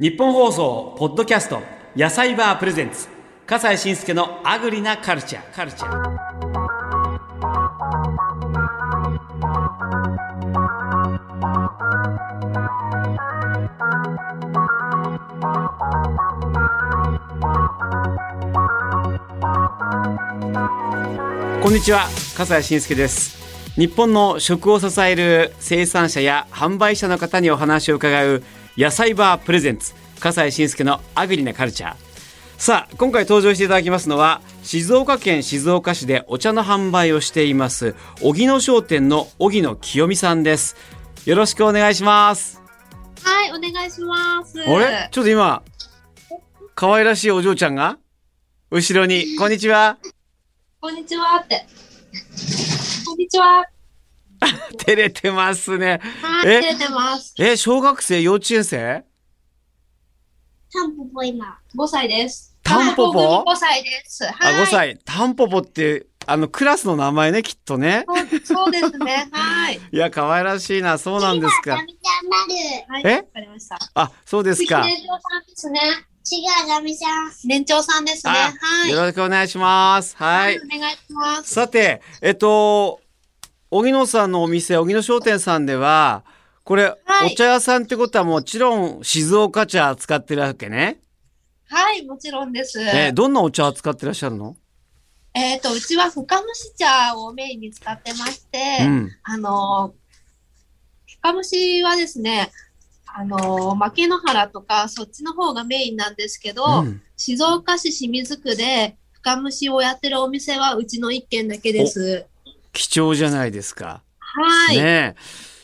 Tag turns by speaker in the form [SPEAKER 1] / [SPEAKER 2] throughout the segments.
[SPEAKER 1] 日本放送ポッドキャスト野菜バープレゼンツ笠西慎介のアグリなカルチャーカルチャーこんにちは笠西慎介です日本の食を支える生産者や販売者の方にお話を伺う野菜バープレゼンツ笠西慎介のアグリなカルチャーさあ今回登場していただきますのは静岡県静岡市でお茶の販売をしています荻野商店の荻野清美さんですよろしくお願いします
[SPEAKER 2] はい、お願いします。
[SPEAKER 1] あれちょっと今可愛らしいお嬢ちゃんが後ろにこんにちは
[SPEAKER 2] こんにちはって。こんにちは。
[SPEAKER 1] 照れてますね
[SPEAKER 2] はい、
[SPEAKER 1] え
[SPEAKER 2] 出てます。
[SPEAKER 1] え小学生幼稚園生
[SPEAKER 3] タンポポ今。
[SPEAKER 2] 5歳です。
[SPEAKER 1] タンポポ
[SPEAKER 2] 5歳です。
[SPEAKER 1] あ
[SPEAKER 2] はい。
[SPEAKER 1] 5。歳タンポポってあのクラスの名前ねきっとね
[SPEAKER 2] そうですね。はい。
[SPEAKER 1] いや可愛らしいなそうなんです
[SPEAKER 3] ラ
[SPEAKER 1] か
[SPEAKER 3] ミちゃん丸。
[SPEAKER 2] はい、
[SPEAKER 1] え
[SPEAKER 2] わかりました。
[SPEAKER 1] あそうですか
[SPEAKER 2] 年長さんですね。
[SPEAKER 3] 違う、ラミちゃん。
[SPEAKER 2] 年長さんですね。
[SPEAKER 1] あ
[SPEAKER 2] はい。
[SPEAKER 1] よろしくお願いしますはい
[SPEAKER 2] お願いします。
[SPEAKER 1] さて、えっと、荻野さんのお店、荻野商店さんでは、これ、
[SPEAKER 2] はい
[SPEAKER 1] お茶屋さんってことはもちろん静岡茶使ってるわけね。
[SPEAKER 2] はい、もちろんです。
[SPEAKER 1] え
[SPEAKER 2] え
[SPEAKER 1] ーどんなお茶使ってらっしゃるの、
[SPEAKER 2] っ、と、うちは深蒸し茶をメインに使ってまして、
[SPEAKER 1] うん。
[SPEAKER 2] あのー、深蒸しはですね、あのー、牧之原とか、そっちの方がメインなんですけど、
[SPEAKER 1] うん
[SPEAKER 2] 静岡市清水区で深蒸しをやってるお店はうちの一軒だけです。
[SPEAKER 1] 貴重じゃないですか。
[SPEAKER 2] はい、
[SPEAKER 1] ねえ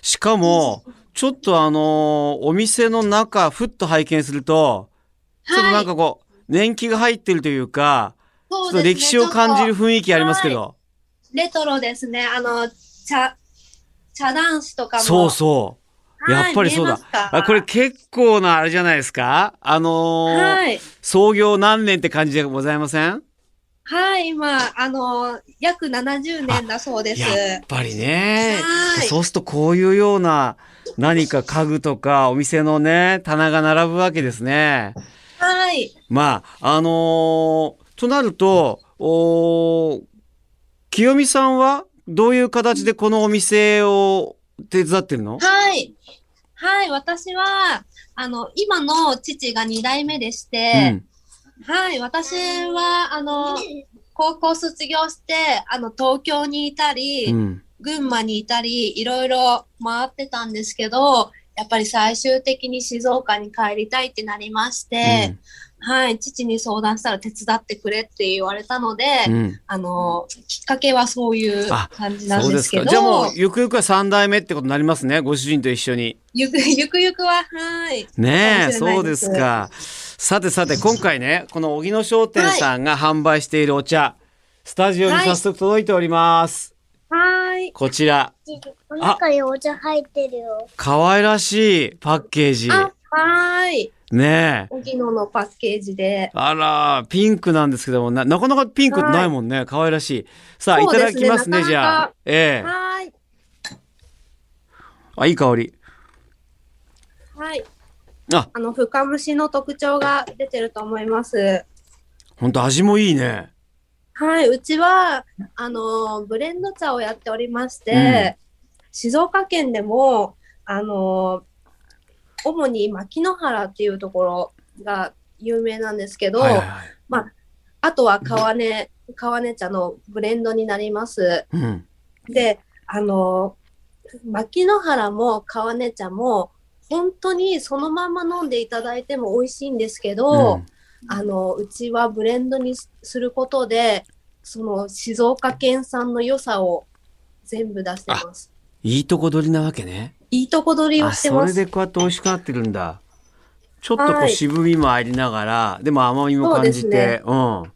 [SPEAKER 1] しかも、ちょっとあのーお店の中、ふっと拝見すると、ちょっと
[SPEAKER 2] は
[SPEAKER 1] ないん、かこう、年季が入ってるというか、ちょ
[SPEAKER 2] そ
[SPEAKER 1] っ
[SPEAKER 2] う
[SPEAKER 1] と
[SPEAKER 2] ですね
[SPEAKER 1] 歴史を感じる
[SPEAKER 2] ちょっ
[SPEAKER 1] 雰囲気ありますけど。
[SPEAKER 2] とレトロですね。あの、茶、茶ダンスとかも。
[SPEAKER 1] そうそう。
[SPEAKER 2] はい
[SPEAKER 1] やっぱりそうだ
[SPEAKER 2] 見えますか
[SPEAKER 1] あこれ結構なあれじゃないですかあのー
[SPEAKER 2] はい。
[SPEAKER 1] 創業何年って感じでございません
[SPEAKER 2] はい、今、あの、約70年だそうです。
[SPEAKER 1] やっぱりね
[SPEAKER 2] はい
[SPEAKER 1] そうするとこういうような何か家具とかお店のね棚が並ぶわけですね
[SPEAKER 2] はい。
[SPEAKER 1] まああのーとなるとおー清美さんはどういう形でこのお店を手伝ってるの
[SPEAKER 2] はい。はい、私は、あの、今の父が2代目でして、はい、私は、あの、高校卒業して、あの、東京にいたり、
[SPEAKER 1] うんうん
[SPEAKER 2] 群馬にいたり、いろいろ回ってたんですけど、やっぱり最終的に静岡に帰りたいってなりまして、はい、父に相談したら手伝ってくれって言われたので、
[SPEAKER 1] うんうん
[SPEAKER 2] あの、きっかけはそういう
[SPEAKER 1] あ
[SPEAKER 2] 感じな
[SPEAKER 1] そ
[SPEAKER 2] ん
[SPEAKER 1] う
[SPEAKER 2] で
[SPEAKER 1] ですす
[SPEAKER 2] け
[SPEAKER 1] か
[SPEAKER 2] ど、
[SPEAKER 1] じゃあもうゆくゆくは3代目ってことになりますねご主人と一緒に
[SPEAKER 2] ゆくゆくゆくは、はい。
[SPEAKER 1] ねえ、
[SPEAKER 2] かもしれない
[SPEAKER 1] そうですか。さてさて、今回ね、この荻野商店さんが販売しているお茶、スタジオに早速届いております。
[SPEAKER 2] はい。
[SPEAKER 1] こちら、
[SPEAKER 3] お中にお茶入ってるよ。
[SPEAKER 1] 可愛らしいパッケージ。
[SPEAKER 2] あ、はい。
[SPEAKER 1] ねえ。
[SPEAKER 2] 荻野のパッケージで。
[SPEAKER 1] あら、ピンクなんですけども、ななかなかピンクってないもんね。可愛らしい。さあ、い
[SPEAKER 2] そう
[SPEAKER 1] た
[SPEAKER 2] で
[SPEAKER 1] だ
[SPEAKER 2] すね
[SPEAKER 1] きますね、
[SPEAKER 2] なかなか
[SPEAKER 1] じゃあ。ええ
[SPEAKER 2] はい。
[SPEAKER 1] あ、いい香り。
[SPEAKER 2] はい。
[SPEAKER 1] あ、
[SPEAKER 2] あの、深蒸しの特徴が出てると思います。
[SPEAKER 1] ほんと味もいいね。
[SPEAKER 2] はい。うちは、あの、ブレンド茶をやっておりまして、静岡県でも、あの、主に牧之原っていうところが有名なんですけど、
[SPEAKER 1] はいはいはい。
[SPEAKER 2] あとは川根、川根茶のブレンドになります。
[SPEAKER 1] うん。
[SPEAKER 2] で、あの、牧之原も川根茶も、本当にそのまま飲んでいただいても美味しいんですけ
[SPEAKER 1] う
[SPEAKER 2] ど、
[SPEAKER 1] ん
[SPEAKER 2] あの、うちはブレンドにすすることで、その静岡県産の良さを全部出してます。
[SPEAKER 1] いいとこ取りなわけね。
[SPEAKER 2] いいとこ取りを
[SPEAKER 1] あ
[SPEAKER 2] して
[SPEAKER 1] そ
[SPEAKER 2] ま
[SPEAKER 1] れ
[SPEAKER 2] す。
[SPEAKER 1] でこうやって美味しくなってるんだちょっとこ
[SPEAKER 2] は
[SPEAKER 1] う
[SPEAKER 2] い
[SPEAKER 1] 渋みもありながら、でも甘みも感じ
[SPEAKER 2] そうで
[SPEAKER 1] てう,、
[SPEAKER 2] そ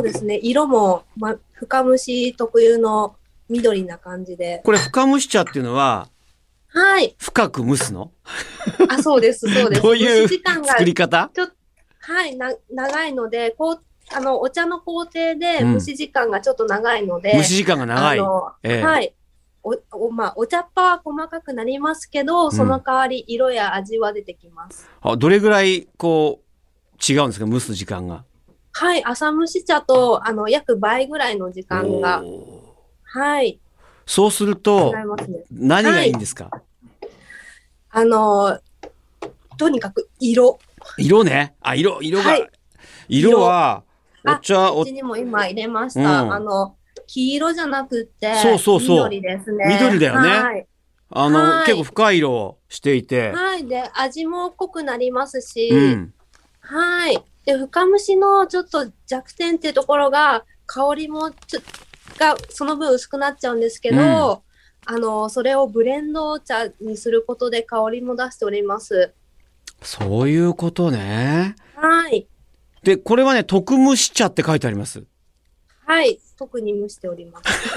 [SPEAKER 2] うですね。色も、ま、深蒸し特有の緑な感じで
[SPEAKER 1] ん。これ深蒸し茶っていうのは
[SPEAKER 2] はい。
[SPEAKER 1] 深く蒸すの
[SPEAKER 2] あ、そうです、そうです。
[SPEAKER 1] どういう
[SPEAKER 2] 蒸し時間が
[SPEAKER 1] 作り方
[SPEAKER 2] はい、な長いので、こうあのお茶の工程で
[SPEAKER 1] うん
[SPEAKER 2] 蒸し時間がちょっと長いので、
[SPEAKER 1] 蒸し時間が長い
[SPEAKER 2] あの
[SPEAKER 1] ええ
[SPEAKER 2] はい、おおまあ、お茶っ葉は細かくなりますけど、その代わり色や味は出てきます。
[SPEAKER 1] あ、どれぐらい、こう、違うんですか蒸す時間が。
[SPEAKER 2] はい、朝蒸し茶とあの約倍ぐらいの時間が、
[SPEAKER 1] おー
[SPEAKER 2] はい、
[SPEAKER 1] そうする
[SPEAKER 2] 違
[SPEAKER 1] と、
[SPEAKER 2] いますね。
[SPEAKER 1] 何がいいんですか、
[SPEAKER 2] あの、とにかく色。
[SPEAKER 1] 色ね。あ、色、色が。
[SPEAKER 2] はい
[SPEAKER 1] 色は、
[SPEAKER 2] 色
[SPEAKER 1] お茶、お
[SPEAKER 2] うちにも今入れました。
[SPEAKER 1] うん
[SPEAKER 2] あの、黄色じゃなくって、
[SPEAKER 1] そうそうそう
[SPEAKER 2] 緑ですね。
[SPEAKER 1] 緑だよね
[SPEAKER 2] はい。
[SPEAKER 1] あの、
[SPEAKER 2] はい
[SPEAKER 1] 結構深い色をしていて。
[SPEAKER 2] はい。で、味も濃くなりますし、
[SPEAKER 1] うん。
[SPEAKER 2] はい。で、深蒸しのちょっと弱点っていうところが、香りもちょがその分薄くなっちゃうんですけど、
[SPEAKER 1] うん
[SPEAKER 2] あの、それをブレンド茶にすることで香りも出しております。
[SPEAKER 1] そういうことね。
[SPEAKER 2] はい。
[SPEAKER 1] で、これはね、特蒸し茶って書いてあります。
[SPEAKER 2] はい。特に蒸しており ます。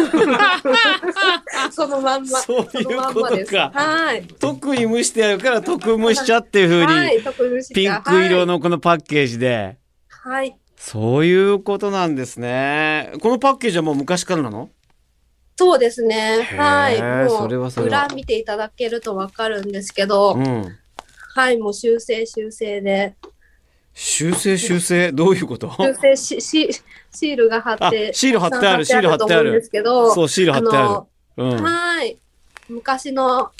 [SPEAKER 2] そのまんま。
[SPEAKER 1] そういうことか
[SPEAKER 2] のまんまですはい。
[SPEAKER 1] 特に蒸してあるから、特蒸し茶っていう風
[SPEAKER 2] は
[SPEAKER 1] に、
[SPEAKER 2] い。特蒸し
[SPEAKER 1] ピンク色。のこのパッケージで。
[SPEAKER 2] はい。はい
[SPEAKER 1] そういうことなんですね。このパッケージはもう昔からなの
[SPEAKER 2] そうですね。
[SPEAKER 1] へー
[SPEAKER 2] はい。
[SPEAKER 1] それはそれは
[SPEAKER 2] 裏見ていただけるとわかるんですけど、
[SPEAKER 1] うん。
[SPEAKER 2] はい、もう修正修正で。
[SPEAKER 1] 修正修正、どういうこと
[SPEAKER 2] 修正ししシールが貼っ
[SPEAKER 1] あ
[SPEAKER 2] て、
[SPEAKER 1] シール貼ってある、シ
[SPEAKER 2] た
[SPEAKER 1] ー
[SPEAKER 2] く
[SPEAKER 1] ル貼っ
[SPEAKER 2] さん
[SPEAKER 1] てあ
[SPEAKER 2] と思うんで
[SPEAKER 1] る
[SPEAKER 2] す。けど、
[SPEAKER 1] そう、シール貼ってある。う
[SPEAKER 2] あ
[SPEAKER 1] ん。
[SPEAKER 2] のはい。昔の、あ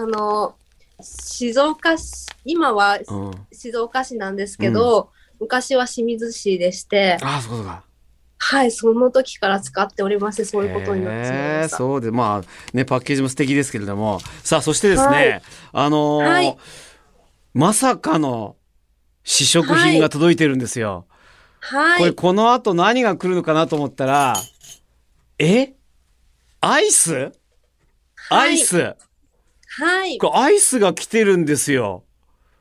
[SPEAKER 2] の、静岡市、今は
[SPEAKER 1] うん、
[SPEAKER 2] 静岡市なんですけど、昔は清水市でして、
[SPEAKER 1] ああ、そうか。
[SPEAKER 2] はい、その時から使っておりまして、そ
[SPEAKER 1] そうう
[SPEAKER 2] いう
[SPEAKER 1] か
[SPEAKER 2] ことになってしまい
[SPEAKER 1] へ
[SPEAKER 2] ま
[SPEAKER 1] ー
[SPEAKER 2] した。
[SPEAKER 1] そうで、まあ、ね、パッケージも素敵ですけれども。さあ、そしてですね、
[SPEAKER 2] はい
[SPEAKER 1] あのー
[SPEAKER 2] はい
[SPEAKER 1] まさかの試食品が届いてるんですよ。
[SPEAKER 2] は
[SPEAKER 1] これ
[SPEAKER 2] い。
[SPEAKER 1] この後何が来るのかなと思ったら、えアイスアイス、
[SPEAKER 2] はい。
[SPEAKER 1] これアイスが来てるんですよ。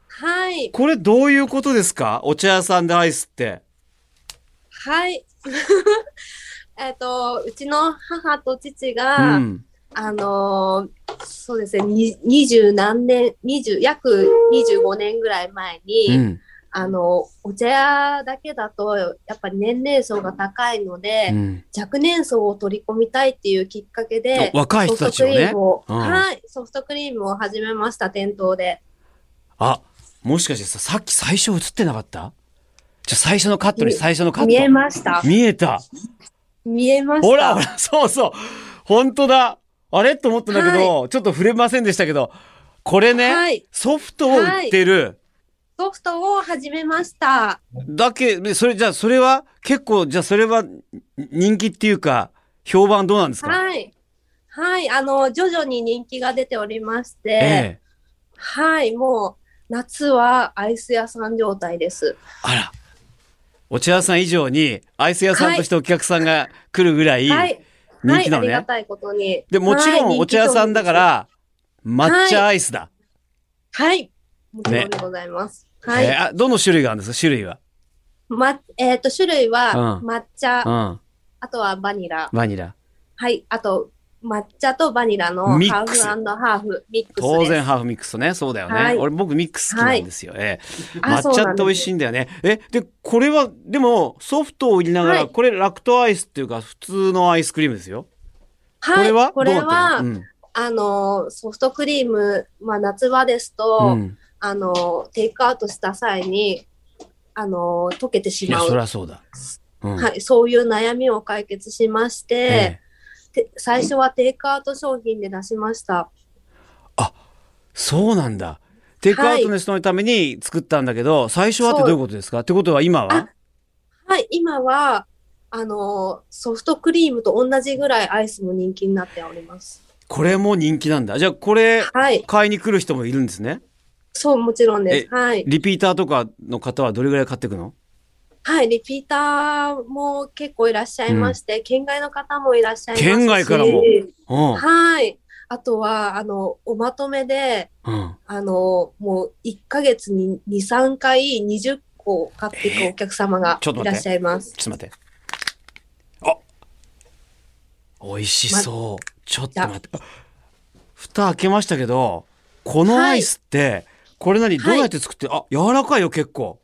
[SPEAKER 2] はい。
[SPEAKER 1] これどういうことですかお茶屋さんでアイスって。
[SPEAKER 2] はい。 えっと、うちの母と父
[SPEAKER 1] う
[SPEAKER 2] が、
[SPEAKER 1] ん。
[SPEAKER 2] あのーそうですね、に二十何年、二十、約25年ぐらい前に、
[SPEAKER 1] うん。
[SPEAKER 2] あの、お茶屋だけだと、やっぱり年齢層が高いので、
[SPEAKER 1] うん
[SPEAKER 2] 若年層を取り込みたいっていうきっかけで、
[SPEAKER 1] お若い人
[SPEAKER 2] ソ
[SPEAKER 1] た
[SPEAKER 2] フ
[SPEAKER 1] ち
[SPEAKER 2] ト
[SPEAKER 1] を
[SPEAKER 2] クリー
[SPEAKER 1] ね。
[SPEAKER 2] ムを、
[SPEAKER 1] うん
[SPEAKER 2] はい、ソフトクリームを始めました、店頭で。
[SPEAKER 1] あ、もしかしてさ、さっき最初映ってなかったじゃ、最初のカットに
[SPEAKER 2] 見え
[SPEAKER 1] 最初のカット。
[SPEAKER 2] 見えました。
[SPEAKER 1] 見えた。
[SPEAKER 2] 見えました。
[SPEAKER 1] ほらほら、そうそう。本当だ。あれと思ったんだけど、ちょっと触れませんでしたけど、これね、
[SPEAKER 2] はい、
[SPEAKER 1] ソフトを売ってる。
[SPEAKER 2] ソフトを始めました。
[SPEAKER 1] だけ、でそれ、じゃあ、それは、結構、じゃあ、それは、ん人気っていうか、評判どうなんですか、
[SPEAKER 2] はい。はい、あの、徐々に人気が出ておりまして、
[SPEAKER 1] ええ。
[SPEAKER 2] はい、もう夏はアイス屋さん状態です。
[SPEAKER 1] あら。お茶屋さん以上に、アイス屋さんとしてお客さんが来るぐらい、
[SPEAKER 2] はい、
[SPEAKER 1] 人気なの
[SPEAKER 2] はい、あり
[SPEAKER 1] ね。
[SPEAKER 2] がたいことに。
[SPEAKER 1] で、もちろ
[SPEAKER 2] はい
[SPEAKER 1] ん、お茶屋さんだか。
[SPEAKER 2] 人
[SPEAKER 1] ら、
[SPEAKER 2] 気
[SPEAKER 1] 抹茶アイスだ。
[SPEAKER 2] 商品はい、もちろんでございます。はい、
[SPEAKER 1] えーあどの種類があるんですか種類は。
[SPEAKER 2] ま、えっ、と、種類は
[SPEAKER 1] うん
[SPEAKER 2] 抹茶、
[SPEAKER 1] うん。
[SPEAKER 2] あとはバニラ、
[SPEAKER 1] バニラ。
[SPEAKER 2] はい、あと抹茶とバニラのハ
[SPEAKER 1] ミッ
[SPEAKER 2] ー
[SPEAKER 1] クス
[SPEAKER 2] フハーフミックスです。
[SPEAKER 1] 当然、ハーフミックスね。そうだよね。
[SPEAKER 2] はい
[SPEAKER 1] 俺、僕、ミックス好きなんですよ。ええ
[SPEAKER 2] あ
[SPEAKER 1] 抹茶って美味しい。んだよね。え、で、これは、でも、ソフトを売りながら、
[SPEAKER 2] はい
[SPEAKER 1] これ、ラクトアイスっていうか、普通のアイスクリームですよ。
[SPEAKER 2] そうなんですはい、これは、
[SPEAKER 1] どうなってる
[SPEAKER 2] あの、ソフトクリーム、まあ夏場ですと、
[SPEAKER 1] のうんうん
[SPEAKER 2] あの、テイクアウトした際に、あの、溶けてし
[SPEAKER 1] いや
[SPEAKER 2] まう
[SPEAKER 1] そりゃそうだ、うん
[SPEAKER 2] はい、そういう悩みを解決しまして、
[SPEAKER 1] ええ
[SPEAKER 2] て最初はテイクアウト商品で出しました。
[SPEAKER 1] そうなんだテイクアウトの人のために作ったんだけど、最初はってどういうことですかってことは今は
[SPEAKER 2] あはい、今は、あのーソフトクリームと同じぐらいアイスも人気になっております。
[SPEAKER 1] これも人気なんだじゃあこれ
[SPEAKER 2] はい、
[SPEAKER 1] 買いに来る人もいるんですね
[SPEAKER 2] そう、もちろんです。はい。
[SPEAKER 1] リピーターとかの方はどれぐらい買っていくの
[SPEAKER 2] はい、リピーターも結構いらっしゃいまして、県外の方もいらっしゃいますし。
[SPEAKER 1] 県外からもうん、
[SPEAKER 2] はい。あとは、あの、おまとめで、
[SPEAKER 1] うん、
[SPEAKER 2] あの、もう1ヶ月に2、3回20個買っていくお客様が
[SPEAKER 1] ちょっと
[SPEAKER 2] い
[SPEAKER 1] 待っ
[SPEAKER 2] ら
[SPEAKER 1] て
[SPEAKER 2] っしゃいます。
[SPEAKER 1] ちょっと待ってあ美味しそう、ちょっと待ってあ蓋開けましたけどこのアイスって、これ何どうやって作って、あ柔らかいよ結構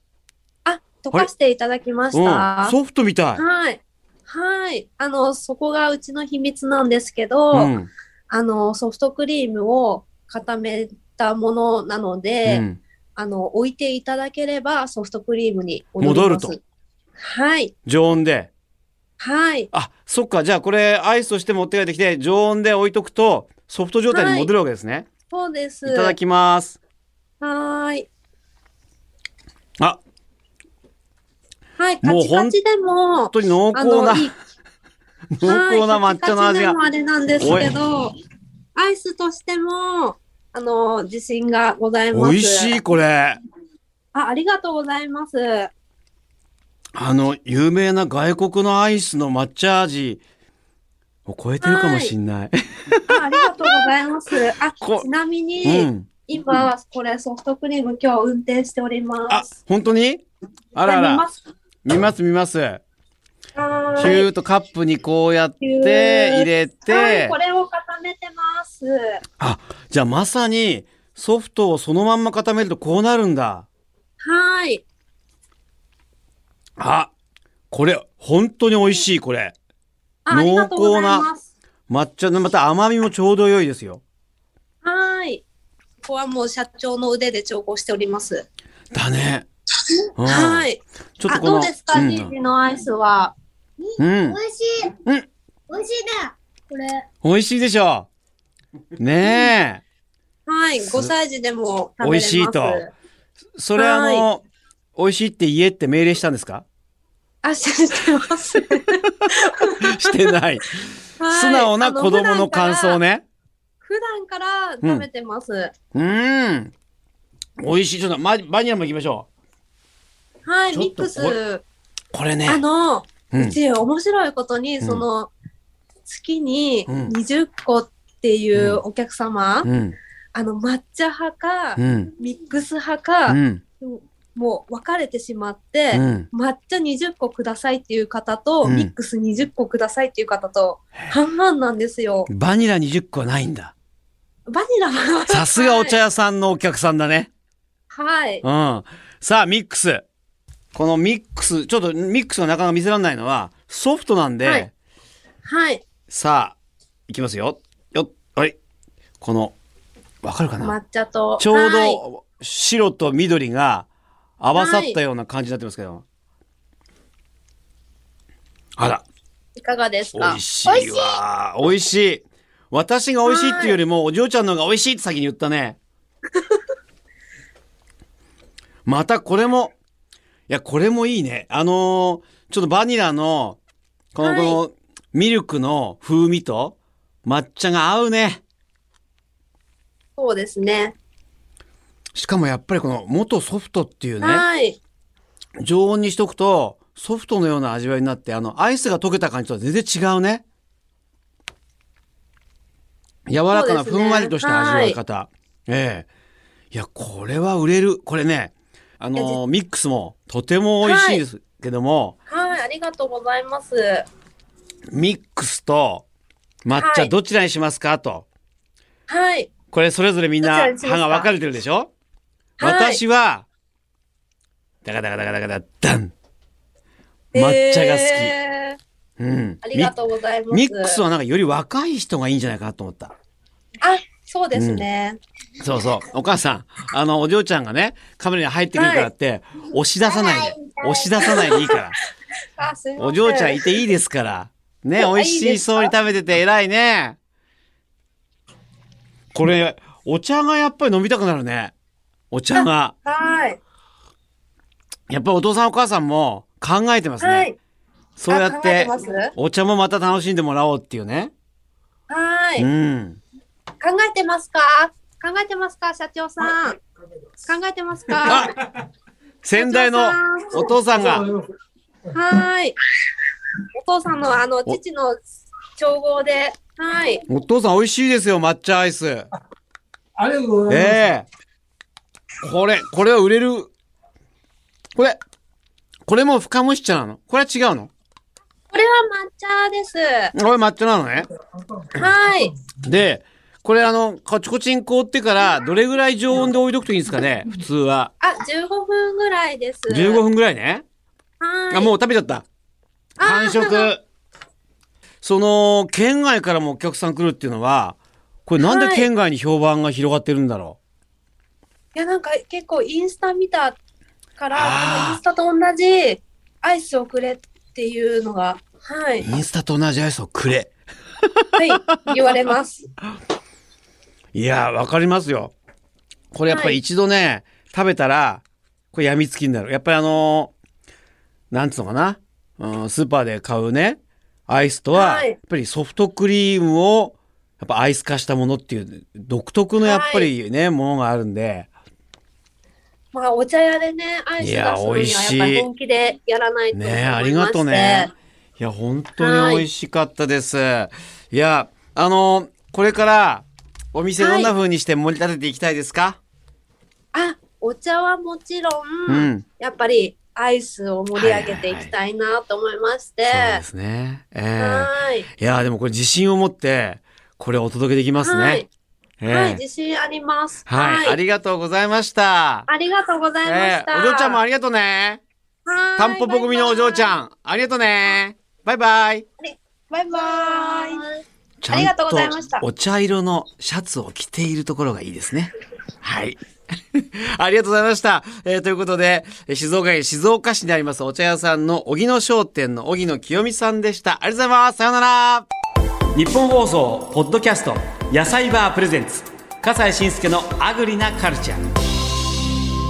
[SPEAKER 2] あ、溶かしていただきまし
[SPEAKER 1] うん、
[SPEAKER 2] た。
[SPEAKER 1] ソフトみたい。
[SPEAKER 2] はい。はい。あの、そこがうちの秘密なんですけど、
[SPEAKER 1] うん、
[SPEAKER 2] あの、ソフトクリームを固めたものなので、
[SPEAKER 1] うん、
[SPEAKER 2] あの、置いていただければソフトクリームに
[SPEAKER 1] 戻る
[SPEAKER 2] ます
[SPEAKER 1] と。
[SPEAKER 2] はい。
[SPEAKER 1] 常温で。
[SPEAKER 2] はい。
[SPEAKER 1] あ、そっか。じゃあこれアイスとして持って帰ってきて、常温で置いとくと、ソフト状態に戻るわけですね。
[SPEAKER 2] そうです。
[SPEAKER 1] い、ただきます。
[SPEAKER 2] はーい。
[SPEAKER 1] あ、
[SPEAKER 2] はい。カ
[SPEAKER 1] もう
[SPEAKER 2] チカチでも
[SPEAKER 1] 本、当に濃
[SPEAKER 2] あ
[SPEAKER 1] 厚な、
[SPEAKER 2] いい
[SPEAKER 1] 濃厚な抹茶の味が。
[SPEAKER 2] はいカチカチでもあれなんですけど、アイスとしても、あの、自信がございます。
[SPEAKER 1] 美味しい、これ。
[SPEAKER 2] あ、ありがとうございます。
[SPEAKER 1] あの、有名な外国のアイスの抹茶味を超えてるかもしんない。
[SPEAKER 2] あありがとうございます。あ、
[SPEAKER 1] こ
[SPEAKER 2] ちなみに、
[SPEAKER 1] うん。
[SPEAKER 2] 今、これソフトクリーム今日運転しておりま
[SPEAKER 1] あ
[SPEAKER 2] す。、
[SPEAKER 1] 本当にあらあら。見ます見ます。
[SPEAKER 2] は
[SPEAKER 1] キ
[SPEAKER 2] ー
[SPEAKER 1] ュ
[SPEAKER 2] い。
[SPEAKER 1] ーとカップにこうやって
[SPEAKER 2] キュー
[SPEAKER 1] 入れ
[SPEAKER 2] はい、
[SPEAKER 1] て
[SPEAKER 2] こ、れを固めてます。
[SPEAKER 1] あ、じゃあまさにソフトをそのまんま固めるとこうなるんだ。
[SPEAKER 2] はい。
[SPEAKER 1] あ、これ本当に美味しい、これ。
[SPEAKER 2] あありがとうございます。
[SPEAKER 1] 抹茶のまた甘みもちょうど良いですよ。
[SPEAKER 2] はい。ここはもう社長の腕で調合しております。
[SPEAKER 1] だね。うん
[SPEAKER 2] はい。
[SPEAKER 1] ちょっ
[SPEAKER 2] あ、
[SPEAKER 1] とこ
[SPEAKER 2] ど
[SPEAKER 1] の、
[SPEAKER 2] うですか、
[SPEAKER 1] うん
[SPEAKER 2] ニージのアイスは。
[SPEAKER 1] う
[SPEAKER 3] 美
[SPEAKER 1] ん。
[SPEAKER 3] 味しい。
[SPEAKER 1] うん。
[SPEAKER 3] 美味しいだ。これ。
[SPEAKER 1] 美味しいでしょね
[SPEAKER 2] はい、
[SPEAKER 1] す
[SPEAKER 2] 5歳児でも食べれます。
[SPEAKER 1] 美味しいとえ。それあ
[SPEAKER 2] はい
[SPEAKER 1] の、美味しいって言えって命令したんです か
[SPEAKER 2] あ、知って ます。
[SPEAKER 1] してない。
[SPEAKER 2] はい
[SPEAKER 1] 素直な子供の感想。ね。
[SPEAKER 2] 普段から普段から食べてます。
[SPEAKER 1] うん。美味しい。ちょっとマバニラも行きましょ
[SPEAKER 2] はい、
[SPEAKER 1] ちょ
[SPEAKER 2] ミ
[SPEAKER 1] っ
[SPEAKER 2] ッ
[SPEAKER 1] とこ
[SPEAKER 2] クス。
[SPEAKER 1] う。これね。
[SPEAKER 2] あの、
[SPEAKER 1] うん
[SPEAKER 2] うち面白いことに、
[SPEAKER 1] うん
[SPEAKER 2] その、月に
[SPEAKER 1] うん
[SPEAKER 2] 20個っていううんお客様、
[SPEAKER 1] うん。
[SPEAKER 2] あの、抹茶派か、
[SPEAKER 1] うん。
[SPEAKER 2] ミックス派
[SPEAKER 1] う
[SPEAKER 2] か、
[SPEAKER 1] ん。
[SPEAKER 2] もう分かれてしまって、
[SPEAKER 1] うん。
[SPEAKER 2] 抹茶20個くださいっていう方と、
[SPEAKER 1] うん
[SPEAKER 2] ミックス20個くださいっていう方と、半々なんですよ。
[SPEAKER 1] バニラ20個はないんだ。
[SPEAKER 2] バニラは。
[SPEAKER 1] さすがお茶屋さんのお客さんだね。
[SPEAKER 2] はい。
[SPEAKER 1] うん。さあ、ミックス。このミックス、ちょっとミックスがなかなか見せられないのは、ソフトなんで、
[SPEAKER 2] はいはい。
[SPEAKER 1] さあ、いきますよ。よっ、あれこの、わかるかな
[SPEAKER 2] 抹茶と。
[SPEAKER 1] ちょう
[SPEAKER 2] はい
[SPEAKER 1] ど白と緑が合わさったような感じになってますけど。あら、
[SPEAKER 2] いかがです
[SPEAKER 1] 美
[SPEAKER 2] か
[SPEAKER 1] 味しいわ。美味しい。私が美味しいっていうよりも、お嬢ちゃんの方が美味しいって先に言ったね。 またこれも、いや、これもいいね。あのーちょっとバニラの、この、
[SPEAKER 2] はい
[SPEAKER 1] このミルクの風味と抹茶が合うね。
[SPEAKER 2] そうですね。
[SPEAKER 1] しかもやっぱりこの元ソフトっていうね。
[SPEAKER 2] はい。
[SPEAKER 1] 常温にしとくとソフトのような味わいになってあのアイスが溶けた感じとは全然違うね柔らかな
[SPEAKER 2] そうです
[SPEAKER 1] ふ
[SPEAKER 2] ね
[SPEAKER 1] んわりとした味わい方ええいやこれは売れるこれねあ
[SPEAKER 2] いや
[SPEAKER 1] のミックスもとても美味しいですけども、
[SPEAKER 2] はい。ありがとうございます。
[SPEAKER 1] ミックスと抹
[SPEAKER 2] は
[SPEAKER 1] 茶
[SPEAKER 2] い
[SPEAKER 1] どちらにしますかと
[SPEAKER 2] はい。
[SPEAKER 1] これそれぞれみん
[SPEAKER 2] どち
[SPEAKER 1] な
[SPEAKER 2] らにしますか
[SPEAKER 1] 歯が分かれてるでしょ、
[SPEAKER 2] はい
[SPEAKER 1] 私はダカダカダカダカダダン抹茶が好き、
[SPEAKER 2] えー
[SPEAKER 1] うん
[SPEAKER 2] ありがとうございます。
[SPEAKER 1] ミックスはなんかより若い人がいいんじゃないかなと思った。
[SPEAKER 2] あ、そうですね。
[SPEAKER 1] そうそう。お母さん、あの、お嬢ちゃんがね、カメラに入ってくるからって、押し出さないで。押し出さないでいいから。
[SPEAKER 2] あ、すみません。
[SPEAKER 1] お嬢ちゃんいていいですから。ね、
[SPEAKER 2] あ
[SPEAKER 1] 美味しそうに食べてて偉いね。これ、お茶がやっぱり飲みたくなるね。お茶が。
[SPEAKER 2] はい。
[SPEAKER 1] やっぱりお父さんお母さんも考えてますね。
[SPEAKER 2] はい。
[SPEAKER 1] そうやっ
[SPEAKER 2] あ考え
[SPEAKER 1] て
[SPEAKER 2] て、ます
[SPEAKER 1] お茶もまた楽しんでもらおうっていうね。
[SPEAKER 2] は
[SPEAKER 1] う
[SPEAKER 2] い。
[SPEAKER 1] ん。
[SPEAKER 2] 考えてますか考えてますか社長さん。考えてますか
[SPEAKER 1] あ先代のお父さんが、
[SPEAKER 2] はい。お父さんの、あの、
[SPEAKER 1] お
[SPEAKER 2] 父の調合で、はい。
[SPEAKER 1] お父さん美味しいですよ、抹茶アイス。
[SPEAKER 4] ありがとうございます。
[SPEAKER 1] ええこれ、これは売れる。これ、これも深蒸し茶なのこれは違うの
[SPEAKER 2] これは抹茶です。
[SPEAKER 1] これ抹茶なのね。
[SPEAKER 2] はい。
[SPEAKER 1] で、これあの、カチコチン凍ってから、どれぐらい常温で置いとくといいんですかね普通は。
[SPEAKER 2] あ、15分ぐらいです。
[SPEAKER 1] 15。分ぐらいね。
[SPEAKER 2] はい。
[SPEAKER 1] あ、もう食べちゃった。
[SPEAKER 2] あー
[SPEAKER 1] 完食。その、県外からもお客さん来るっていうのは、これなんで県外に評判が広がってるんだろ
[SPEAKER 2] いや、なんか結構インスタ見たから、
[SPEAKER 1] あー
[SPEAKER 2] あのインスタと同じアイスをくれっていうのが、は
[SPEAKER 1] う、
[SPEAKER 2] い、
[SPEAKER 1] インスタと同じアイスをくれ
[SPEAKER 2] はい、言われます。
[SPEAKER 1] いやーわかりますよこれやっぱり一度ね、食べたらこれ病みつきになるやっぱりあのーなんつうのかな、うん、スーパーで買うねアイスとは、
[SPEAKER 2] はい
[SPEAKER 1] やっぱりソフトクリームをやっぱアイス化したものっていう独特のやっぱりね、ものがあるんで
[SPEAKER 2] まあ、お茶屋でね、アイス出すのにはやっぱ
[SPEAKER 1] いや美味しい
[SPEAKER 2] り本気でやらないと思いま
[SPEAKER 1] ね
[SPEAKER 2] して。
[SPEAKER 1] えありがとうね。いや本当に美味しかったです。い、やあのこれからお店どんな風にして盛り立てていきたいですか？
[SPEAKER 2] あ、お茶はもちろん、
[SPEAKER 1] うん
[SPEAKER 2] やっぱりアイスを盛り上げていきたいなと思いまして。
[SPEAKER 1] そう
[SPEAKER 2] は
[SPEAKER 1] ですね。ええ
[SPEAKER 2] い。はい
[SPEAKER 1] いやでもこれ自信を持ってこれをお届けできますね。
[SPEAKER 2] はい
[SPEAKER 1] ええ
[SPEAKER 2] はい、自信あります。
[SPEAKER 1] はいありがとうございました。
[SPEAKER 2] ありがとうございま
[SPEAKER 1] え
[SPEAKER 2] した。
[SPEAKER 1] えお嬢ちゃんもありがとうね。
[SPEAKER 2] はい
[SPEAKER 1] タンポポ組のお嬢ちゃ
[SPEAKER 2] ん。
[SPEAKER 1] んありがとうね。バイバイ。
[SPEAKER 2] バイバイ。
[SPEAKER 1] ち
[SPEAKER 2] あり
[SPEAKER 1] ゃ
[SPEAKER 2] が
[SPEAKER 1] ん
[SPEAKER 2] とう
[SPEAKER 1] と
[SPEAKER 2] ございました
[SPEAKER 1] お茶色のシャツを着ているところがいいですね。はい。 ありがとうございました。えーということで、えー静岡県静岡市にありますお茶屋さんの荻野商店の荻野清美さんでした。ありがとうございます。さようなら。日本放送、ポッドキャスト、野菜バープレゼンツ、笠西慎介のアグリなカルチャー。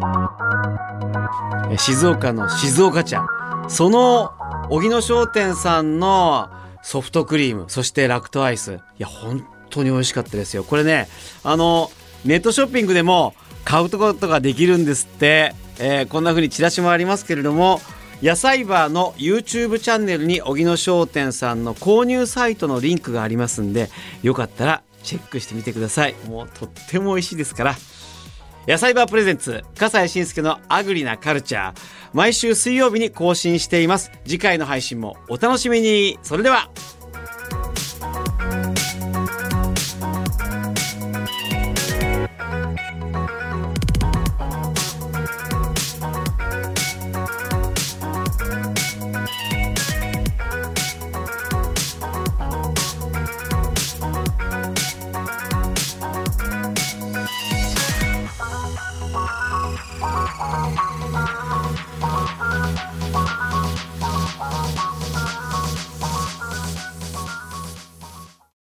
[SPEAKER 1] えー静岡の静岡茶その荻野商店さんのソフトクリームそしてラクトアイスいや本当に美味しかったですよこれねあのネットショッピングでも買うことができるんですって、えーこんな風にチラシもありますけれども野菜バーの YouTube チャンネルに荻野商店さんの購入サイトのリンクがありますんでよかったらチェックしてみてくださいもうとっても美味しいですから野菜バープレゼンツ笠西慎介のアグリなカルチャー毎週水曜日に更新しています次回の配信もお楽しみにそれでは